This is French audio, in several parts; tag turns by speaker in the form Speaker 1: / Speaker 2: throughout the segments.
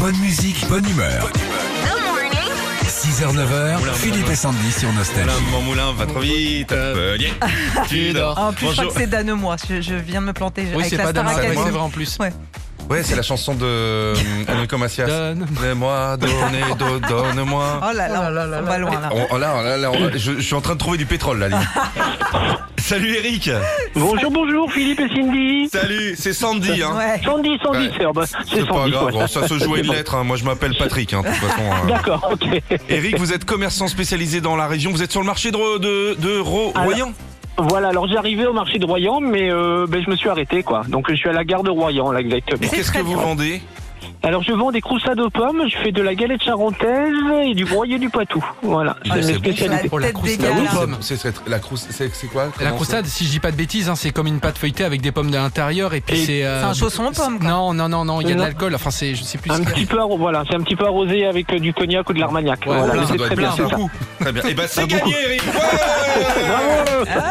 Speaker 1: Bonne musique, bonne humeur. 6h, 9h, Philippe et Sandy sur Nostalgie.
Speaker 2: Moulin, mon moulin va trop vite. Montpellier, tu dors.
Speaker 3: Ah, en plus, je
Speaker 2: Bonjour.
Speaker 3: crois que c'est danois. Je, je viens de me planter
Speaker 4: Oui,
Speaker 3: avec
Speaker 4: c'est
Speaker 3: la
Speaker 4: pas
Speaker 3: Star
Speaker 4: Donne, c'est
Speaker 3: Academy.
Speaker 4: vrai, c'est vrai en plus.
Speaker 2: Ouais, c'est la chanson de euh, Enrico Macias.
Speaker 4: Donne.
Speaker 2: Donne-moi, donnez, do- donne-moi.
Speaker 3: Oh là là, on va loin là.
Speaker 2: On- on- là, là, là, on- je, je suis en train de trouver du pétrole là. limite. Salut Eric.
Speaker 5: Bonjour, bonjour, Philippe et Cindy.
Speaker 2: Salut, c'est Sandy. Hein.
Speaker 3: Ouais.
Speaker 5: Sandy, Sandy,
Speaker 2: Ouais.
Speaker 5: c'est oh, bah,
Speaker 2: C'est
Speaker 5: c'est
Speaker 2: pas
Speaker 5: Sandy.
Speaker 2: grave,
Speaker 5: ouais.
Speaker 2: bon, ça se joue à une lettre. hein. Moi, je m'appelle Patrick. hein, de toute façon, hein.
Speaker 5: D'accord, ok.
Speaker 2: Eric, vous êtes commerçant spécialisé dans la région. Vous êtes sur le marché de, Ro- de, de Ro-
Speaker 5: Alors-
Speaker 2: Royan.
Speaker 5: Voilà, alors j'arrivais au marché de Royan, mais euh, ben, je me suis arrêté, quoi. Donc je suis à la gare de Royan, là,
Speaker 2: Et
Speaker 5: exactement.
Speaker 2: qu'est-ce que
Speaker 3: très
Speaker 2: vous
Speaker 3: bien.
Speaker 2: vendez
Speaker 5: Alors je vends des croustades aux pommes, je fais de la galette charentaise et du broyé du Poitou. Voilà,
Speaker 2: Ah,
Speaker 5: c'est
Speaker 2: c'est
Speaker 5: mes
Speaker 2: bon,
Speaker 5: spécialités.
Speaker 4: Oh, la
Speaker 3: Tête
Speaker 4: croustade
Speaker 3: des gars,
Speaker 4: aux
Speaker 3: là.
Speaker 4: pommes.
Speaker 2: C'est c'est- la crous- c'est c'est quoi
Speaker 4: La
Speaker 2: Comment
Speaker 4: croustade, si je dis pas de bêtises, hein, c'est comme une pâte feuilletée avec des pommes de l'intérieur et puis
Speaker 5: Et-
Speaker 4: c'est. euh,
Speaker 3: C'est un chausson aux pommes, quoi.
Speaker 4: Non, non, non, non, il y a de
Speaker 5: Non.
Speaker 4: l'alcool. Enfin, c'est, je sais plus.
Speaker 5: Un
Speaker 4: ce qu'il y
Speaker 5: petit
Speaker 4: a.
Speaker 5: peu, arro- voilà, c'est un petit peu arrosé avec euh, du cognac ou de l'armagnac.
Speaker 4: Ouais,
Speaker 5: voilà,
Speaker 4: plein,
Speaker 5: mais
Speaker 2: Oh ça
Speaker 5: c'est
Speaker 2: doit
Speaker 5: très
Speaker 2: être
Speaker 5: bien,
Speaker 2: plein,
Speaker 5: c'est ça.
Speaker 4: beaucoup.
Speaker 2: c'est Très bien. Et ben c'est gagné, Eric. Ouais
Speaker 5: Bravo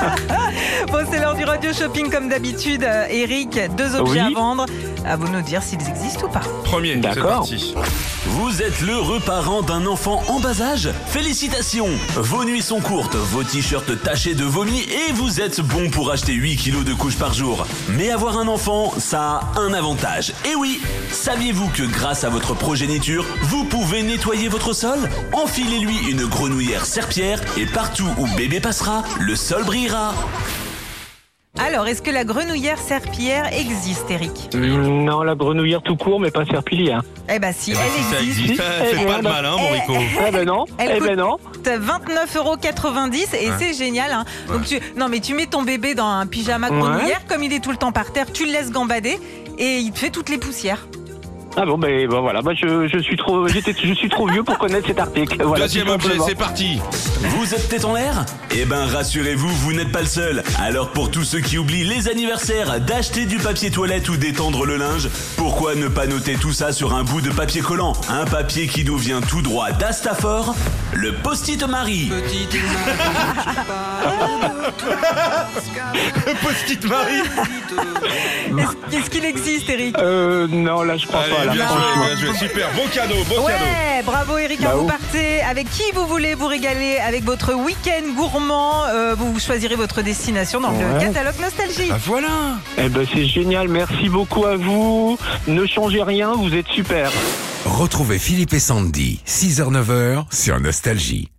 Speaker 3: Bon, c'est l'heure du radio shopping comme d'habitude. Euh, Eric, deux objets
Speaker 5: Oui.
Speaker 3: à vendre. À vous de nous dire s'ils existent ou pas.
Speaker 2: Premier, c'est
Speaker 5: D'accord.
Speaker 2: parti.
Speaker 6: Vous êtes l'heureux parent d'un enfant en bas âge Félicitations Vos nuits sont courtes, vos t-shirts tachés de vomi et vous êtes bon pour acheter 8 kilos de couches par jour. Mais avoir un enfant, ça a un avantage. Et oui Saviez-vous que grâce à votre progéniture, vous pouvez nettoyer votre sol Enfilez-lui une grenouillère serpillère et partout où bébé passera, le sol brillera.
Speaker 3: Alors, est-ce que la grenouillère serpillière existe, Eric
Speaker 5: Non, la grenouillère tout court, mais pas serpillier. hein.
Speaker 3: Eh ben si,
Speaker 2: Eh ben,
Speaker 3: elle
Speaker 2: si ça
Speaker 3: existe.
Speaker 2: existe, fais pas le malin, mon
Speaker 3: Eh,
Speaker 2: Rico.
Speaker 5: Eh ben non,
Speaker 3: Elle
Speaker 5: eh ben
Speaker 3: coûte-
Speaker 5: non.
Speaker 3: 29,90€ et
Speaker 2: Ouais.
Speaker 3: c'est génial. hein. Donc tu, non mais tu mets ton bébé dans un pyjama
Speaker 5: Ouais.
Speaker 3: grenouillère, comme il est tout le temps par terre, tu le laisses gambader et il te fait toutes les poussières.
Speaker 5: Ah bon ben, ben voilà, moi je, je suis trop j'étais je suis trop vieux pour connaître cet article. Voilà,
Speaker 2: Deuxième
Speaker 5: tout
Speaker 2: objet,
Speaker 5: simplement.
Speaker 2: c'est parti.
Speaker 6: Vous êtes tête en l'air Eh ben rassurez-vous, vous n'êtes pas le seul. Alors pour tous ceux qui oublient les anniversaires, d'acheter du papier toilette ou d'étendre le linge, pourquoi ne pas noter tout ça sur un bout de papier collant Un papier qui nous vient tout droit d'Astafor, le post-it Marie.
Speaker 2: Post-it Marie.
Speaker 3: Est-ce est-ce qu'il existe, Eric
Speaker 5: Euh non là je crois pas
Speaker 2: Allez,
Speaker 5: là.
Speaker 2: bien
Speaker 5: franchement.
Speaker 2: joué, bien joué. Super, bon cadeau, bon cadeau.
Speaker 3: Ouais, bravo Eric,
Speaker 5: Bah
Speaker 3: vous
Speaker 5: oui.
Speaker 3: partez avec qui vous voulez vous régaler avec votre week-end gourmand, euh, vous choisirez votre destination dans le
Speaker 5: Ouais.
Speaker 3: catalogue Nostalgie.
Speaker 2: Ah voilà
Speaker 5: Eh ben c'est génial, merci beaucoup à vous. Ne changez rien, vous êtes super.
Speaker 1: Retrouvez Philippe et Sandy, 6h, 9h sur Nostalgie.